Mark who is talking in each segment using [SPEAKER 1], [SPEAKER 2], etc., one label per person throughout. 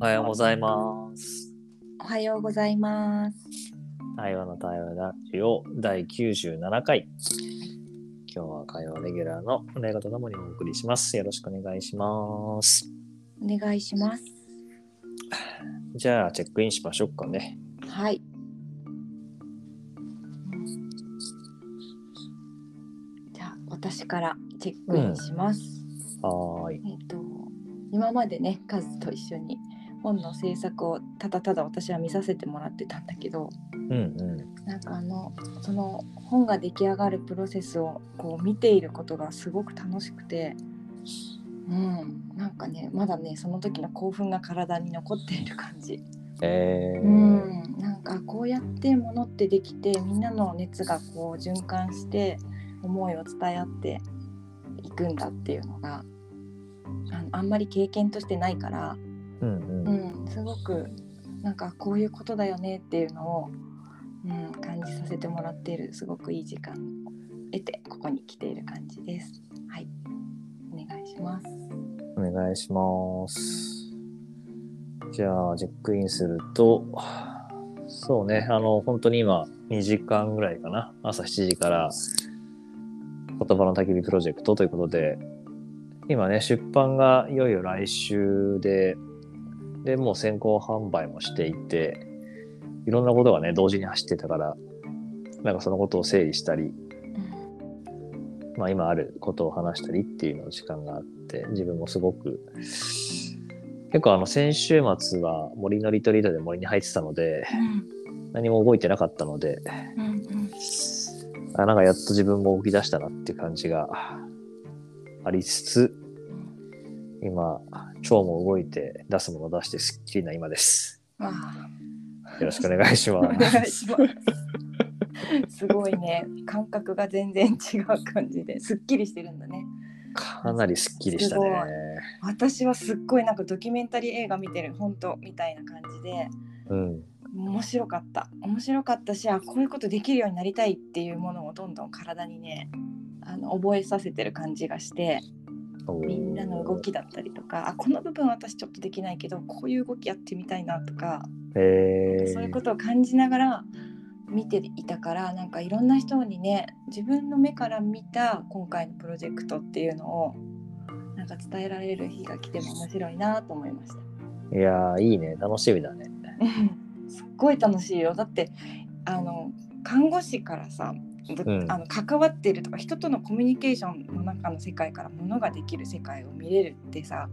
[SPEAKER 1] おはようございます。
[SPEAKER 2] おはようございます。
[SPEAKER 1] 対話の対話ラジオ第97回。今日は会話レギュラーのお願いとともにお送りします。よろしくお願いします。
[SPEAKER 2] お願いします。
[SPEAKER 1] じゃあ、チェックインしましょうかね。
[SPEAKER 2] はい。じゃあ私からチェックインします。
[SPEAKER 1] はーい。
[SPEAKER 2] えっと今までねカズと一緒に本の制作をただただ私は見させてもらってたんだけど、
[SPEAKER 1] うんう
[SPEAKER 2] なんかあのその本が出来上がるプロセスをこう見ていることがすごく楽しくて、うん、なんかねまだねその時の興奮が体に残っている感じ。
[SPEAKER 1] ん。えー。
[SPEAKER 2] うん、なんかこうやってものってできてみんなの熱がこう循環して思いを伝え合っていくんだっていうのがあのあんまり経験としてないから、
[SPEAKER 1] うんう。
[SPEAKER 2] うんん、すごくなんかこういうことだよねっていうのを、うん、感じさせてもらっているすごくいい時間を得てここに来ている感じです。はい、お願いします。
[SPEAKER 1] お願いします。じゃあ、チェックインすると、そうね、あの、本当に今、2時間ぐらいかな。朝7時から、言葉の焚き火プロジェクトということで、今ね、出版がいよいよ来週で、で、もう先行販売もしていて、いろんなことがね、同時に走ってたから、なんかそのことを整理したり、
[SPEAKER 2] うん
[SPEAKER 1] まあ、今あることを話したりっていうの時間があって自分もすごく結構あの先週末は森のリトリートで森に入ってたので何も動いてなかったので
[SPEAKER 2] うんうん
[SPEAKER 1] あなんかやっと自分も動き出したなっていう感じがありつつ今腸も動いて出すもの出してすっきりな今です
[SPEAKER 2] わあ
[SPEAKER 1] よろしくお願いし
[SPEAKER 2] お
[SPEAKER 1] ま
[SPEAKER 2] 願い
[SPEAKER 1] す
[SPEAKER 2] します。すごいね、感覚が全然違う感じで、すっきりしてるんだね。
[SPEAKER 1] かなりすっきりしたね
[SPEAKER 2] 私はすっごいなんかドキュメンタリー映画見てる、本当みたいな感じで、
[SPEAKER 1] うん
[SPEAKER 2] 面白かった。面白かったし、あ、こういうことできるようになりたいっていうものをどんどん体にね、あの覚えさせてる感じがして、みんなの動きだったりとか、あ、この部分私ちょっとできないけど、こういう動きやってみたいなとか、
[SPEAKER 1] へえ
[SPEAKER 2] そういうことを感じながら見ていたからなんかいろんな人にね自分の目から見た今回のプロジェクトっていうのをなんか伝えられる日が来ても面白いなと思 いました。
[SPEAKER 1] いやーいいね楽しみだね
[SPEAKER 2] すっごい楽しいよだってあの看護師からさぶ
[SPEAKER 1] うん
[SPEAKER 2] あの関わってるとか人とのコミュニケーションの中の世界からものができる世界を見れるってさ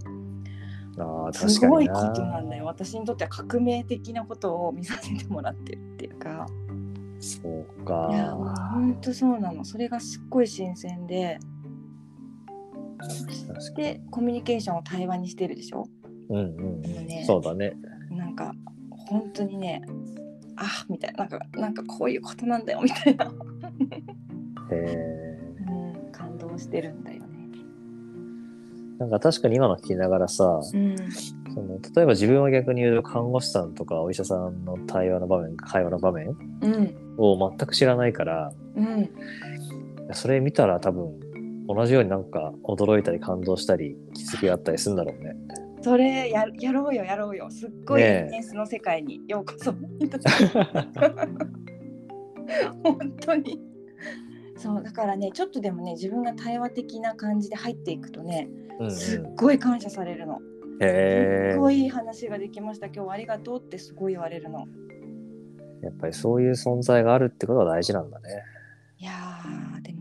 [SPEAKER 1] あー
[SPEAKER 2] す
[SPEAKER 1] 確か
[SPEAKER 2] ごい
[SPEAKER 1] にな
[SPEAKER 2] ことなんだよ私にとっては革命的なことを見させてもらってるっていうか。
[SPEAKER 1] そう
[SPEAKER 2] いやもう
[SPEAKER 1] か。
[SPEAKER 2] 本当そうなのそれがすっごい新鮮で
[SPEAKER 1] 確かに
[SPEAKER 2] でコミュニケーションを対話にしてるでしょ
[SPEAKER 1] うんうんうん
[SPEAKER 2] ね
[SPEAKER 1] そうだね。
[SPEAKER 2] なんか本当にねあみたいななんかなんかこういうことなんだよみたいな、
[SPEAKER 1] へえ。
[SPEAKER 2] うん、感動してるんだよね。
[SPEAKER 1] なんか確かに今の聞きながらさ、
[SPEAKER 2] うん
[SPEAKER 1] その例えば自分は逆に言うと看護師さんとかお医者さんの対話の場面、会話の場面
[SPEAKER 2] うん
[SPEAKER 1] を全く知らないから、
[SPEAKER 2] うん
[SPEAKER 1] それ見たら多分同じようになんか驚いたり感動したり気づきがあったりするんだろう ね。
[SPEAKER 2] それややろうよやろうよすっごい
[SPEAKER 1] ね
[SPEAKER 2] エ
[SPEAKER 1] え
[SPEAKER 2] ビデンスの世界にようこそ本当にそうだからねちょっとでもね自分が対話的な感じで入っていくとね
[SPEAKER 1] うんうん、
[SPEAKER 2] すっ
[SPEAKER 1] へ
[SPEAKER 2] ごい感謝されるの。
[SPEAKER 1] え
[SPEAKER 2] すっ。ごいいい話ができました今日はありがとうってすごい言われるの
[SPEAKER 1] やっぱりそういう存在があるってことが大事なんだね。
[SPEAKER 2] いやーでも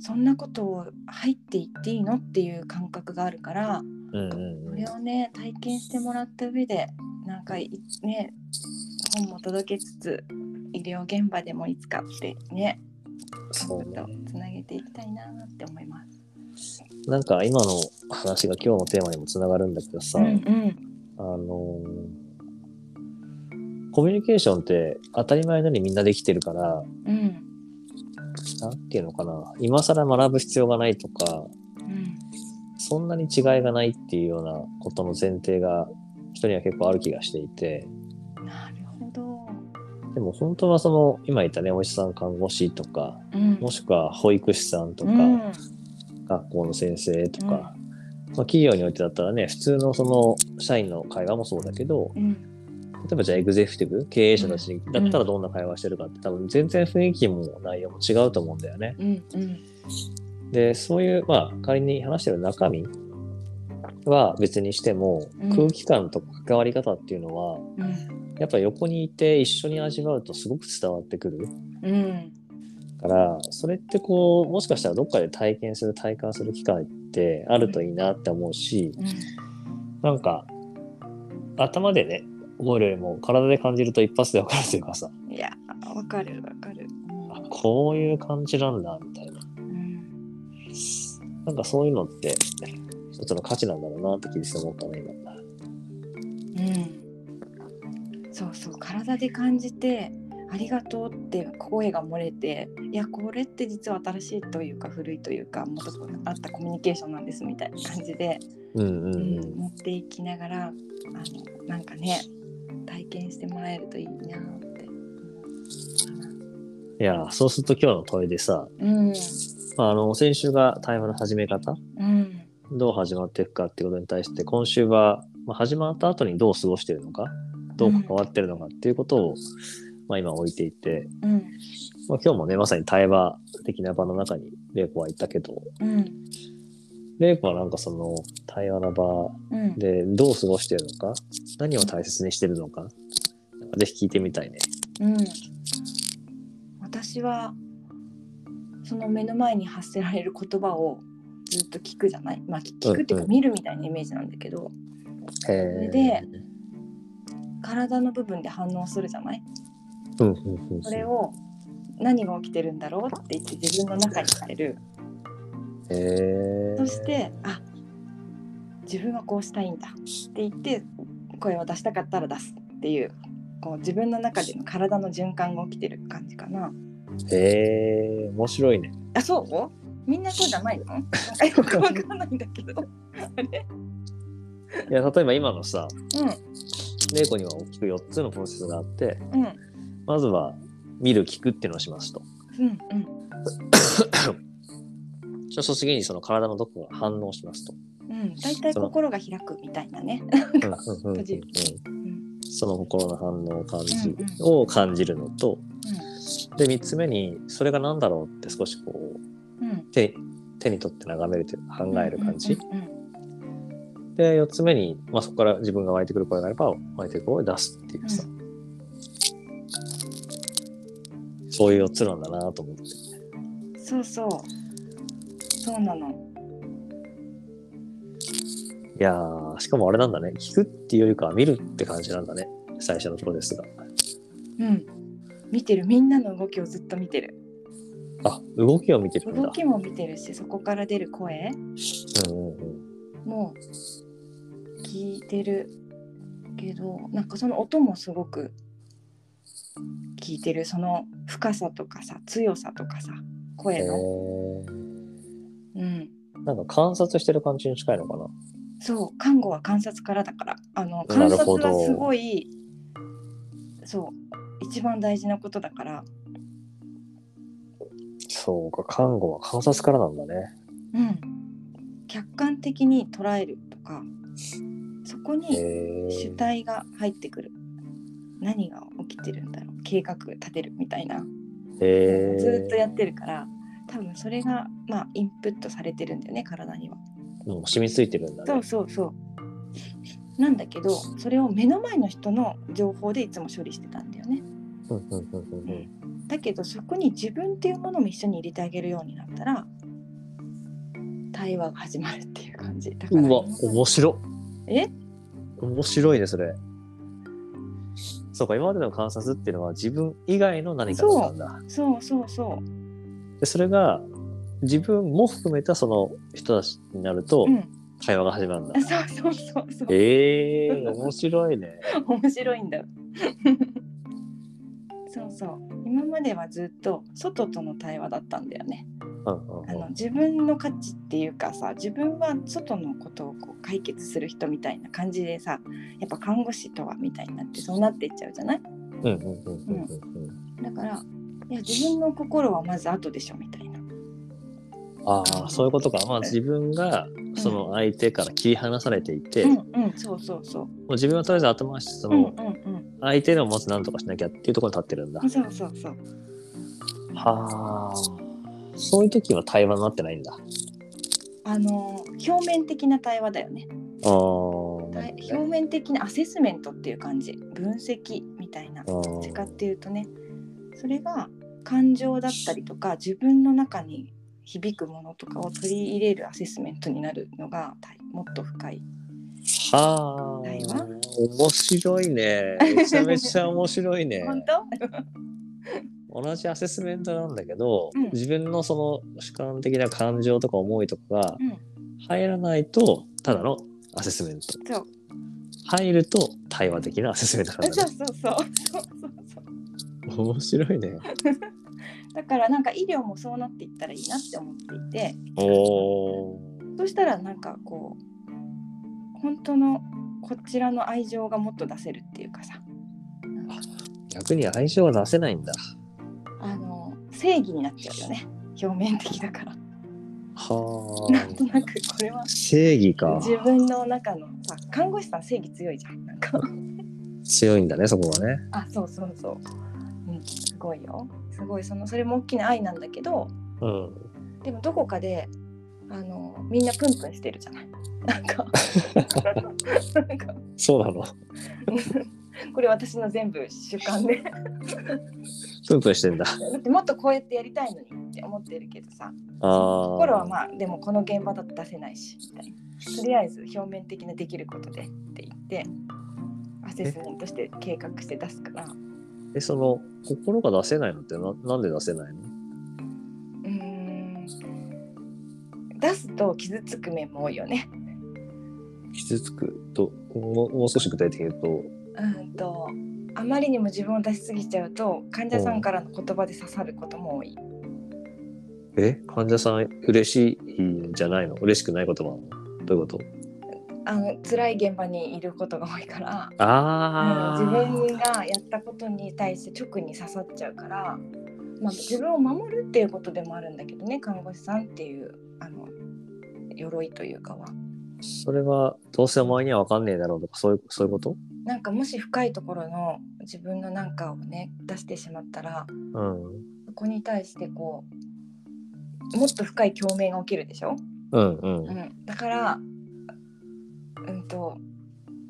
[SPEAKER 2] そんなことを入っていっていいのっていう感覚があるから
[SPEAKER 1] うんうん
[SPEAKER 2] こ
[SPEAKER 1] うん
[SPEAKER 2] れ。をね体験してもらった上でなんかいね本も届けつつ医療現場でもいつかってね
[SPEAKER 1] そうね
[SPEAKER 2] とつなげていきたいなって思います。
[SPEAKER 1] なんか今の話が今日のテーマにもつながるんだけどさ、
[SPEAKER 2] うんうん
[SPEAKER 1] あのーコミュニケーションって当たり前のようにみんなできてるから、
[SPEAKER 2] うん
[SPEAKER 1] なんていうのかな、今更学ぶ必要がないとか、
[SPEAKER 2] うん
[SPEAKER 1] そんなに違いがないっていうようなことの前提が人には結構ある気がしていて、
[SPEAKER 2] なるほど。
[SPEAKER 1] でも本当はその、今言ったね、お医者さん、看護師とか、
[SPEAKER 2] うん
[SPEAKER 1] もしくは保育士さんとか、
[SPEAKER 2] うん
[SPEAKER 1] 学校の先生とか、まあ、企業においてだったらね、普通のその社員の会話もそうだけど、
[SPEAKER 2] うん
[SPEAKER 1] 例えばじゃあエグゼクティブ、経営者たちだったらどんな会話してるかって、多分全然雰囲気も内容も違うと思うんだよね。
[SPEAKER 2] うんうん
[SPEAKER 1] で、そういう、まあ仮に話してる中身は別にしても
[SPEAKER 2] うん、
[SPEAKER 1] 空気感とか関わり方っていうのは、
[SPEAKER 2] うん
[SPEAKER 1] やっぱ横にいて一緒に味わうとすごく伝わってくる。
[SPEAKER 2] うん
[SPEAKER 1] からそれってこうもしかしたらどっかで体験する体感する機会ってあるといいなって思うしなんか頭でね覚えるよりも体で感じると一発で分かるというかさ
[SPEAKER 2] うんいやわかるわかる
[SPEAKER 1] あこういう感じなんだみたいな
[SPEAKER 2] うん
[SPEAKER 1] なんかそういうのって一つの価値なんだろうなって気にして思ったね今。
[SPEAKER 2] うんそうそう体で感じてありがとうって声が漏れていやこれって実は新しいというか古いというかもともとあったコミュニケーションなんですみたいな感じで、
[SPEAKER 1] うんうん
[SPEAKER 2] う
[SPEAKER 1] うん
[SPEAKER 2] ん、持っていきながらあのなんかね体験してもらえるといいなって
[SPEAKER 1] いやそうすると今日の問いでさ、
[SPEAKER 2] うん
[SPEAKER 1] まあ、あの先週が対話の始め方
[SPEAKER 2] うん
[SPEAKER 1] どう始まっていくかっていうことに対して今週は、まあ、始まった後にどう過ごしてるのかどう関わってるのかっていうことを、まあ、今置いていて、
[SPEAKER 2] うん
[SPEAKER 1] まあ、今日もねまさに対話的な場の中に玲子はいたけど
[SPEAKER 2] うん
[SPEAKER 1] 玲子はなんかその対話の場
[SPEAKER 2] うん
[SPEAKER 1] でどう過ごしてるのか何を大切にしてるのかなんかぜひ聞いてみたいね。
[SPEAKER 2] うん、私はその目の前に発せられる言葉をずっと聞くじゃない、まあ、聞聞くっていう
[SPEAKER 1] う
[SPEAKER 2] か
[SPEAKER 1] ん
[SPEAKER 2] 見るみたいなイメージなんだけど、
[SPEAKER 1] へ
[SPEAKER 2] そ
[SPEAKER 1] え
[SPEAKER 2] れで体の部分で反応するじゃない
[SPEAKER 1] うんうんうん
[SPEAKER 2] それを何が起きてるんだろうって言って自分の中に変える
[SPEAKER 1] へえ
[SPEAKER 2] そしてあ自分はこうしたいんだって言って声を出したかったら出すっていうこう自分の中での体の循環が起きてる感じかな。
[SPEAKER 1] へえ面白いね。
[SPEAKER 2] あ、そうみんなそうじゃないのなんかよくわかんないんだけど。あれ
[SPEAKER 1] いや例えば今のさ
[SPEAKER 2] う
[SPEAKER 1] 玲子には大きく4つのプロセスがあって
[SPEAKER 2] ん、うん、
[SPEAKER 1] まずは見る聞くっていうのをしますと。
[SPEAKER 2] うん、うん
[SPEAKER 1] じゃあその次にその体のどこが反応しますと。
[SPEAKER 2] うん。大体心が開くみたいなね。
[SPEAKER 1] うんうんうんうん
[SPEAKER 2] 閉じるうん、
[SPEAKER 1] その心の反応を感じ、
[SPEAKER 2] うんうん
[SPEAKER 1] を感じるのとで3つ目にそれが何だろうって少しこう
[SPEAKER 2] うん、うん。
[SPEAKER 1] 手手に取って眺めるというか考える感じ、
[SPEAKER 2] うん、うん
[SPEAKER 1] で4つ目に、まあ、そこから自分が湧いてくる声があれば湧いてくる声を出すっていうさ、
[SPEAKER 2] う
[SPEAKER 1] そういう4つなんだなと思って
[SPEAKER 2] うん。そうそう。そうなの。
[SPEAKER 1] いやーしかもあれなんだね聞くっていうよりかは見るって感じなんだね最初のプロですが
[SPEAKER 2] うん。見てるみんなの動きをずっと見てる
[SPEAKER 1] あ動きを見てるんだ
[SPEAKER 2] 動きも見てるしそこから出る声
[SPEAKER 1] うんうんうん
[SPEAKER 2] も聞いてるけどなんかその音もすごく聞いてるその深さとかさ強さとかさ声
[SPEAKER 1] へ
[SPEAKER 2] の、
[SPEAKER 1] ー
[SPEAKER 2] うん、
[SPEAKER 1] なんか観察してる感じに近いのかな。
[SPEAKER 2] そう看護は観察からだからあの
[SPEAKER 1] な
[SPEAKER 2] 観
[SPEAKER 1] る
[SPEAKER 2] 察
[SPEAKER 1] ほど
[SPEAKER 2] はすごいそう一番大事なことだから、
[SPEAKER 1] そうか、看護は観察からなんだね。
[SPEAKER 2] うん、客観的に捉えるとかそこ
[SPEAKER 1] へ
[SPEAKER 2] に主
[SPEAKER 1] え。
[SPEAKER 2] 体が入ってくる何が起きてるんだろう計画立てるみたいな。
[SPEAKER 1] へ
[SPEAKER 2] ずーっと
[SPEAKER 1] え。
[SPEAKER 2] やってるから多分それがまあインプットされてるんだよね体には。
[SPEAKER 1] もう染みついてるんだ
[SPEAKER 2] そ
[SPEAKER 1] ね
[SPEAKER 2] う。そうそう。なんだけどそれを目の前の人の情報でいつも処理してたんだよね。
[SPEAKER 1] うんうんうんうんうん
[SPEAKER 2] だけどそこに自分っていうものも一緒に入れてあげるようになったら対話が始まるっていう感じだから
[SPEAKER 1] うわ、面白。
[SPEAKER 2] え？
[SPEAKER 1] 面白いねそれ。そうか、今までの観察っていうのは自分以外の何かだったんだ。
[SPEAKER 2] そうそうそう。
[SPEAKER 1] で、それが自分も含めたその人たちになると
[SPEAKER 2] うん、
[SPEAKER 1] 会話が始まるんだ。
[SPEAKER 2] そうそうそうそう。
[SPEAKER 1] へえ、面白いね。
[SPEAKER 2] 面白いんだ そうそう今まではずっと外との対話だったんだよね
[SPEAKER 1] うんうんうん
[SPEAKER 2] あの自分の価値っていうかさ自分は外のことをこう解決する人みたいな感じでさやっぱ看護師とはみたいになってそうなっていっちゃうじゃない
[SPEAKER 1] うんうんうんうんうんうん。
[SPEAKER 2] だからいや自分の心はまず後でしょみたいな
[SPEAKER 1] ああそういうことか、まあ、自分がその相手から切り離されていて、
[SPEAKER 2] う
[SPEAKER 1] も
[SPEAKER 2] んうんそうそうそう。
[SPEAKER 1] う自分はとりあえず頭回してそ
[SPEAKER 2] うんう
[SPEAKER 1] の
[SPEAKER 2] ん
[SPEAKER 1] 相手のまず何とかしなきゃっていうところに立ってるんだ
[SPEAKER 2] う。ん。そうそうそう。
[SPEAKER 1] はあそういう時は対話になってないんだ。あ
[SPEAKER 2] あの表面的な対話だよね。
[SPEAKER 1] あー
[SPEAKER 2] 対表面的なアセスメントっていう感じ分析みたいなどっちかっていうとねそれが感情だったりとか自分の中に響くものとかを取り入れるアセスメントになるのがたいもっと深い
[SPEAKER 1] はあ
[SPEAKER 2] 対話
[SPEAKER 1] 面白いねめちゃめちゃ面白いね。
[SPEAKER 2] 本当
[SPEAKER 1] 同じアセスメントなんだけど、
[SPEAKER 2] うん
[SPEAKER 1] 自分のその主観的な感情とか思いとかが
[SPEAKER 2] うん
[SPEAKER 1] 入らないとただのアセスメント
[SPEAKER 2] そう
[SPEAKER 1] 入ると対話的なアセスメントなん
[SPEAKER 2] そ
[SPEAKER 1] だ
[SPEAKER 2] う
[SPEAKER 1] ね
[SPEAKER 2] そうそうそうそう そう
[SPEAKER 1] 面白い ね
[SPEAKER 2] だからなんか医療もそうなっていったらいいなって思っていて
[SPEAKER 1] おー
[SPEAKER 2] そしたらなんかこう本当のこちらの愛情がもっと出せるっていうかさ
[SPEAKER 1] 逆に愛情は出せないんだ
[SPEAKER 2] あの正義になっちゃうよね表面的だから
[SPEAKER 1] は
[SPEAKER 2] なんとなくこれは
[SPEAKER 1] あ正義か
[SPEAKER 2] 自分の中のさ看護師さん正義強いじゃんなんか
[SPEAKER 1] 強いんだねそこはね
[SPEAKER 2] あそうそうそう、うん、すごいよすごいそのそれも大きな愛なんだけど
[SPEAKER 1] うん
[SPEAKER 2] でもどこかであのみんなプンプンしてるじゃないなんかなんか
[SPEAKER 1] そうなの
[SPEAKER 2] これ私の全部主観でだ
[SPEAKER 1] プンプンしてんだ
[SPEAKER 2] ってもっとこうやってやりたいのにって思ってるけどさ
[SPEAKER 1] あー
[SPEAKER 2] 心はまあでもこの現場だと出せないしみたいなとりあえず表面的なできることでって言ってアセスメントして計画して出すからう
[SPEAKER 1] えその心が出せないのってななんで出せないの
[SPEAKER 2] ーん出すと傷つく面も多いよね
[SPEAKER 1] 傷つくともうもう少し具体的に言うと
[SPEAKER 2] うーんとあまりにも自分を出しすぎちゃうと患者さんからの言葉で刺さることも多い
[SPEAKER 1] え患者さん嬉しいんじゃないの嬉しくない言葉なのどういうこと
[SPEAKER 2] あの辛い現場にいることが多いから、
[SPEAKER 1] あ
[SPEAKER 2] うん自分がやったことに対して直に刺さっちゃうから、まあ、自分を守るっていうことでもあるんだけどね看護師さんっていうあの鎧というかは
[SPEAKER 1] それはどうせお前には分かんねえだろうとかそういうそういうこと
[SPEAKER 2] なんかもし深いところの自分のなんかをね出してしまったら
[SPEAKER 1] うん
[SPEAKER 2] そこに対してこうもっと深い共鳴が起きるでしょ、
[SPEAKER 1] うんうん、
[SPEAKER 2] うん、だからうんと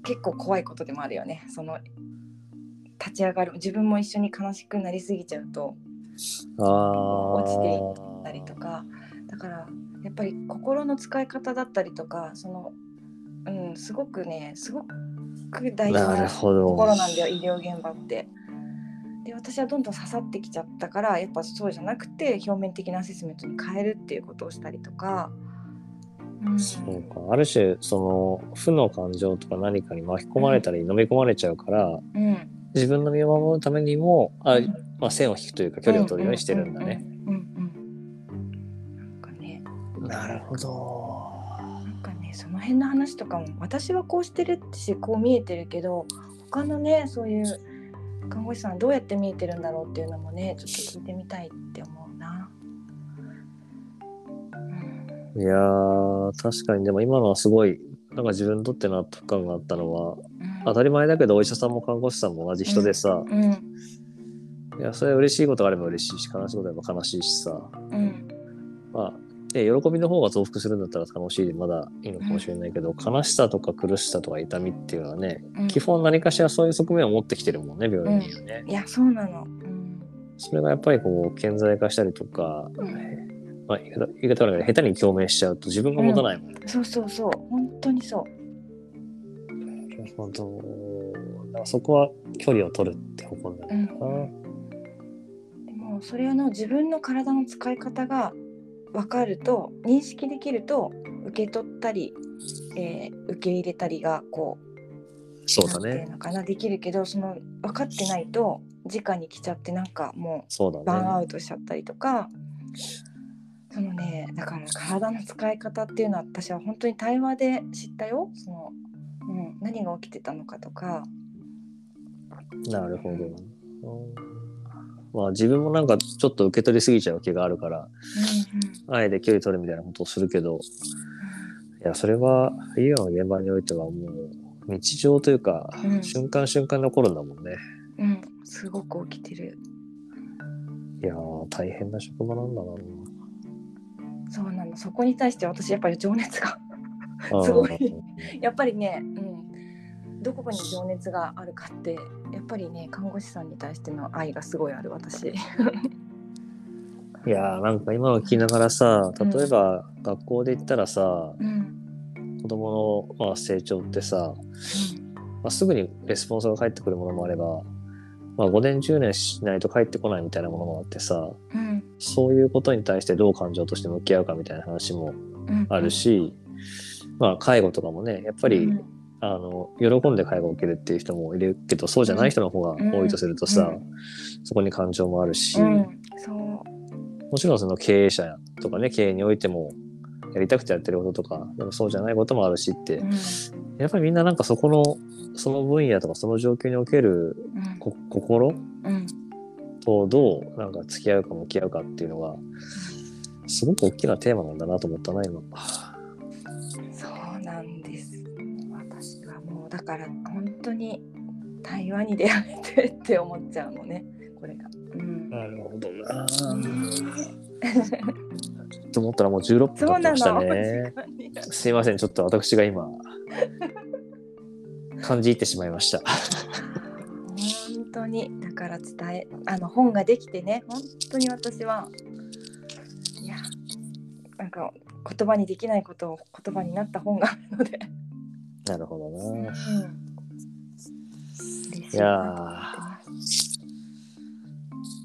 [SPEAKER 2] 結構怖いことでもあるよねその立ち上がる自分も一緒に悲しくなりすぎちゃうと
[SPEAKER 1] ああ
[SPEAKER 2] 落ちていったりとかだからやっぱり心の使い方だったりとかそのうんすごくねすごく大事
[SPEAKER 1] な
[SPEAKER 2] な
[SPEAKER 1] るほど
[SPEAKER 2] ところなんだよ医療現場って。で私はどんどん刺さってきちゃったからやっぱそうじゃなくて表面的なアセスメントに変えるっていうことをしたりとか、うん、
[SPEAKER 1] そうかある種その負の感情とか何かに巻き込まれたり飲み込まれちゃうから
[SPEAKER 2] うん
[SPEAKER 1] 自分の身を守るためにもあ、
[SPEAKER 2] うん
[SPEAKER 1] まあ、線を引くというか距離を取るようにしてるんだね。
[SPEAKER 2] うんうんうんなんかね
[SPEAKER 1] なるほど。
[SPEAKER 2] なんかねその辺の話とかも私はこうしてるしこう見えてるけど他のねそういう看護師さんはどうやって見えてるんだろうっていうのもねちょっと聞いてみたいって思うな。うん
[SPEAKER 1] いやー確かにでも今のはすごいなんか自分にとって納得感があったのは
[SPEAKER 2] うん
[SPEAKER 1] 当たり前だけどお医者さんも看護師さんも同じ人でさ、
[SPEAKER 2] うん
[SPEAKER 1] いやそれは嬉しいことがあれば嬉しいし悲しいことがあれば悲しいしさ
[SPEAKER 2] うん
[SPEAKER 1] まあで喜びの方が増幅するんだったら楽しいでまだいいのかもしれないけど、悲しさとか苦しさとか痛みっていうのはね、
[SPEAKER 2] うん
[SPEAKER 1] 基本何かしらそういう側面を持ってきてるもんね病院にはね、
[SPEAKER 2] いやそうなの。うん
[SPEAKER 1] それがやっぱりこう顕在化したりとか、
[SPEAKER 2] うん
[SPEAKER 1] まあ、言い方言い方悪いけど下手に共鳴しちゃうと自分が持たないもんね、
[SPEAKER 2] そうそうそう本当にそう。
[SPEAKER 1] なるほど。だからそこは距離を取るって方向になるのかな。
[SPEAKER 2] でもそれの自分の体の使い方が分かると認識できると受け取ったり、えー受け入れたりがこう
[SPEAKER 1] そうだ
[SPEAKER 2] なんてい
[SPEAKER 1] ね
[SPEAKER 2] う。のかなできるけどその分かってないと直に来ちゃってなんかも
[SPEAKER 1] そう
[SPEAKER 2] うバーン
[SPEAKER 1] だ
[SPEAKER 2] ア
[SPEAKER 1] ね。
[SPEAKER 2] ウトしちゃったりとか。そのね、だから体の使い方っていうのは私は本当に対話で知ったよその、うん、何が起きてたのかとか
[SPEAKER 1] なるほど。まあ自分もなんかちょっと受け取りすぎちゃう気があるから、あえて距離取るみたいなことをするけど、いや、それは医療の現場においてはもう日常というか、
[SPEAKER 2] うん
[SPEAKER 1] 瞬間瞬間に起こるんだもんね。
[SPEAKER 2] うん、うんうん、すごく起きてる
[SPEAKER 1] いやー、大変な職場なんだな。
[SPEAKER 2] そうなのそこに対して私やっぱり情熱が
[SPEAKER 1] あー
[SPEAKER 2] すごいやっぱりね、うん、どこに情熱があるかってやっぱりね看護師さんに対しての愛がすごいある私
[SPEAKER 1] いやー、なんか今の聞きながらさ、例えば学校で言ったらさ、
[SPEAKER 2] うん
[SPEAKER 1] 子供のまあ成長ってさ、まあ、すぐにレスポンスが返ってくるものもあれば、まあ、5年10年しないと返ってこないみたいなものもあってさ
[SPEAKER 2] うん
[SPEAKER 1] そういうことに対してどう感情として向き合うかみたいな話も
[SPEAKER 2] うん
[SPEAKER 1] あるし、まあ、介護とかもねやっぱり、
[SPEAKER 2] うん
[SPEAKER 1] あの喜んで介護を受けるっていう人もいるけどそうじゃない人の方が多いとするとさ、
[SPEAKER 2] う
[SPEAKER 1] そこに感情もあるし、
[SPEAKER 2] うん、そう
[SPEAKER 1] もちろんその経営者とかね経営においてもやりたくてやってることとかでもそうじゃないこともあるしって、
[SPEAKER 2] うん
[SPEAKER 1] やっぱりみんななんかそこのその分野とかその状況における
[SPEAKER 2] うん
[SPEAKER 1] こ心
[SPEAKER 2] うん
[SPEAKER 1] とどうなんか付き合うか向き合うかっていうのがすごく大きなテーマなんだなと思ったな今。
[SPEAKER 2] そうなんです。私はもうだから本当に対話に出会えてって思っちゃうのね。これが。うん。
[SPEAKER 1] るほどな。 と思ったらもう16分
[SPEAKER 2] そ
[SPEAKER 1] 経
[SPEAKER 2] う
[SPEAKER 1] って
[SPEAKER 2] なの。
[SPEAKER 1] ましたね。すいませんちょっと私が 今感じ入ってしまいました。
[SPEAKER 2] 本当にだから伝えあの本ができてね本当に私はいやなんか言葉にできないことを言葉になった本があるので。
[SPEAKER 1] なるほど
[SPEAKER 2] うん
[SPEAKER 1] な。
[SPEAKER 2] 嬉し
[SPEAKER 1] い
[SPEAKER 2] な
[SPEAKER 1] や
[SPEAKER 2] と思ってます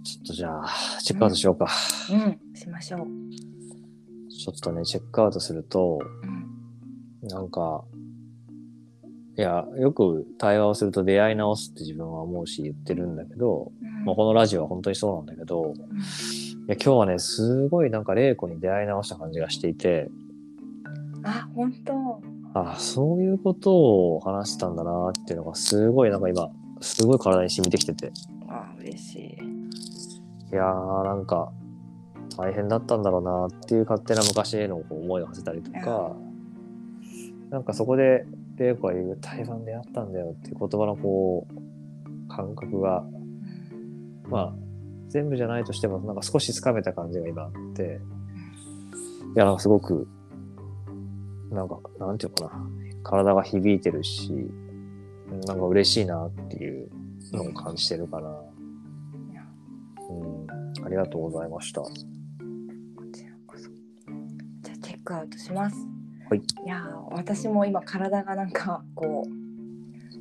[SPEAKER 1] ちょっとじゃあチェックアウトしようか。
[SPEAKER 2] うんしましょう。
[SPEAKER 1] ちょっとねチェックアウトすると
[SPEAKER 2] うん
[SPEAKER 1] なんかいやよく対話をすると出会い直すって自分は思うし言ってるんだけど、
[SPEAKER 2] うん
[SPEAKER 1] まあ、このラジオは本当にそうなんだけど、
[SPEAKER 2] うん
[SPEAKER 1] いや今日はねすごいなんか玲子に出会い直した感じがしていて
[SPEAKER 2] あ本当。
[SPEAKER 1] あそういうことを話したんだなっていうのがすごいなんか今すごい体に染みてきてて
[SPEAKER 2] あ嬉しい。
[SPEAKER 1] いやーなんか大変だったんだろうなっていう勝手な昔へのこう思いを馳せたりとかなんかそこで玲子が言う「台湾であったんだよ」っていう言葉のこう感覚がまあ全部じゃないとしてもなんか少しつかめた感じが今あっていやなんかすごくなんかなんていうのかな体が響いてるしなんか嬉しいなっていうのを感じてるかな。うん、ありがとうございました。
[SPEAKER 2] こちらこそ。じゃあチェックアウトします。
[SPEAKER 1] はい。
[SPEAKER 2] いやー私も今体がなんかこ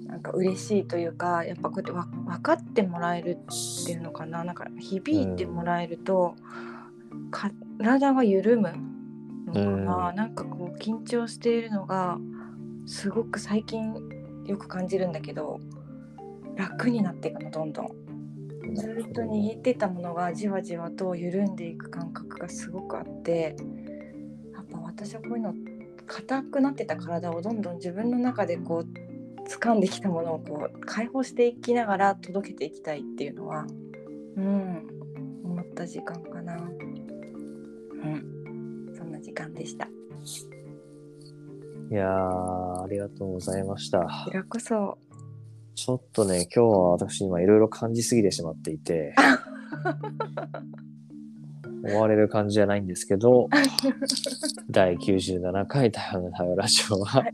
[SPEAKER 2] うなんか嬉しいというかやっぱこうやってわ分かってもらえるっていうのかななんか響いてもらえると、か体が緩むのかな、
[SPEAKER 1] う
[SPEAKER 2] なんかこう緊張しているのがすごく最近よく感じるんだけど楽になっていくのどんどん。ずっと握ってたものがじわじわと緩んでいく感覚がすごくあってやっぱ私はこういうの硬くなってた体をどんどん自分の中でこう掴んできたものをこう解放していきながら届けていきたいっていうのはうん思った時間かなうんそんな時間でしたこ
[SPEAKER 1] いやー、ありがとうございました
[SPEAKER 2] ち。らこそ
[SPEAKER 1] ちょっとね、今日は私今いろいろ感じすぎてしまってい て、終われる感じじゃないんですけど、第97回台湾の台湾ラジオは
[SPEAKER 2] はい、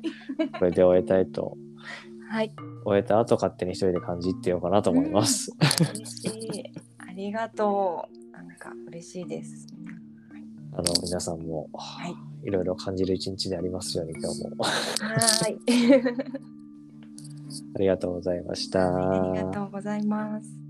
[SPEAKER 1] これで終えたいと、
[SPEAKER 2] はい
[SPEAKER 1] 終えた後勝手に一人で感じってようかなと思い ます。
[SPEAKER 2] 嬉しいありがとうなんか嬉しいです
[SPEAKER 1] あの、皆さんも、
[SPEAKER 2] い
[SPEAKER 1] いろいろ感じる一日でありますように今日もあ
[SPEAKER 2] はーい
[SPEAKER 1] りがとうございました。
[SPEAKER 2] ありがとうございます。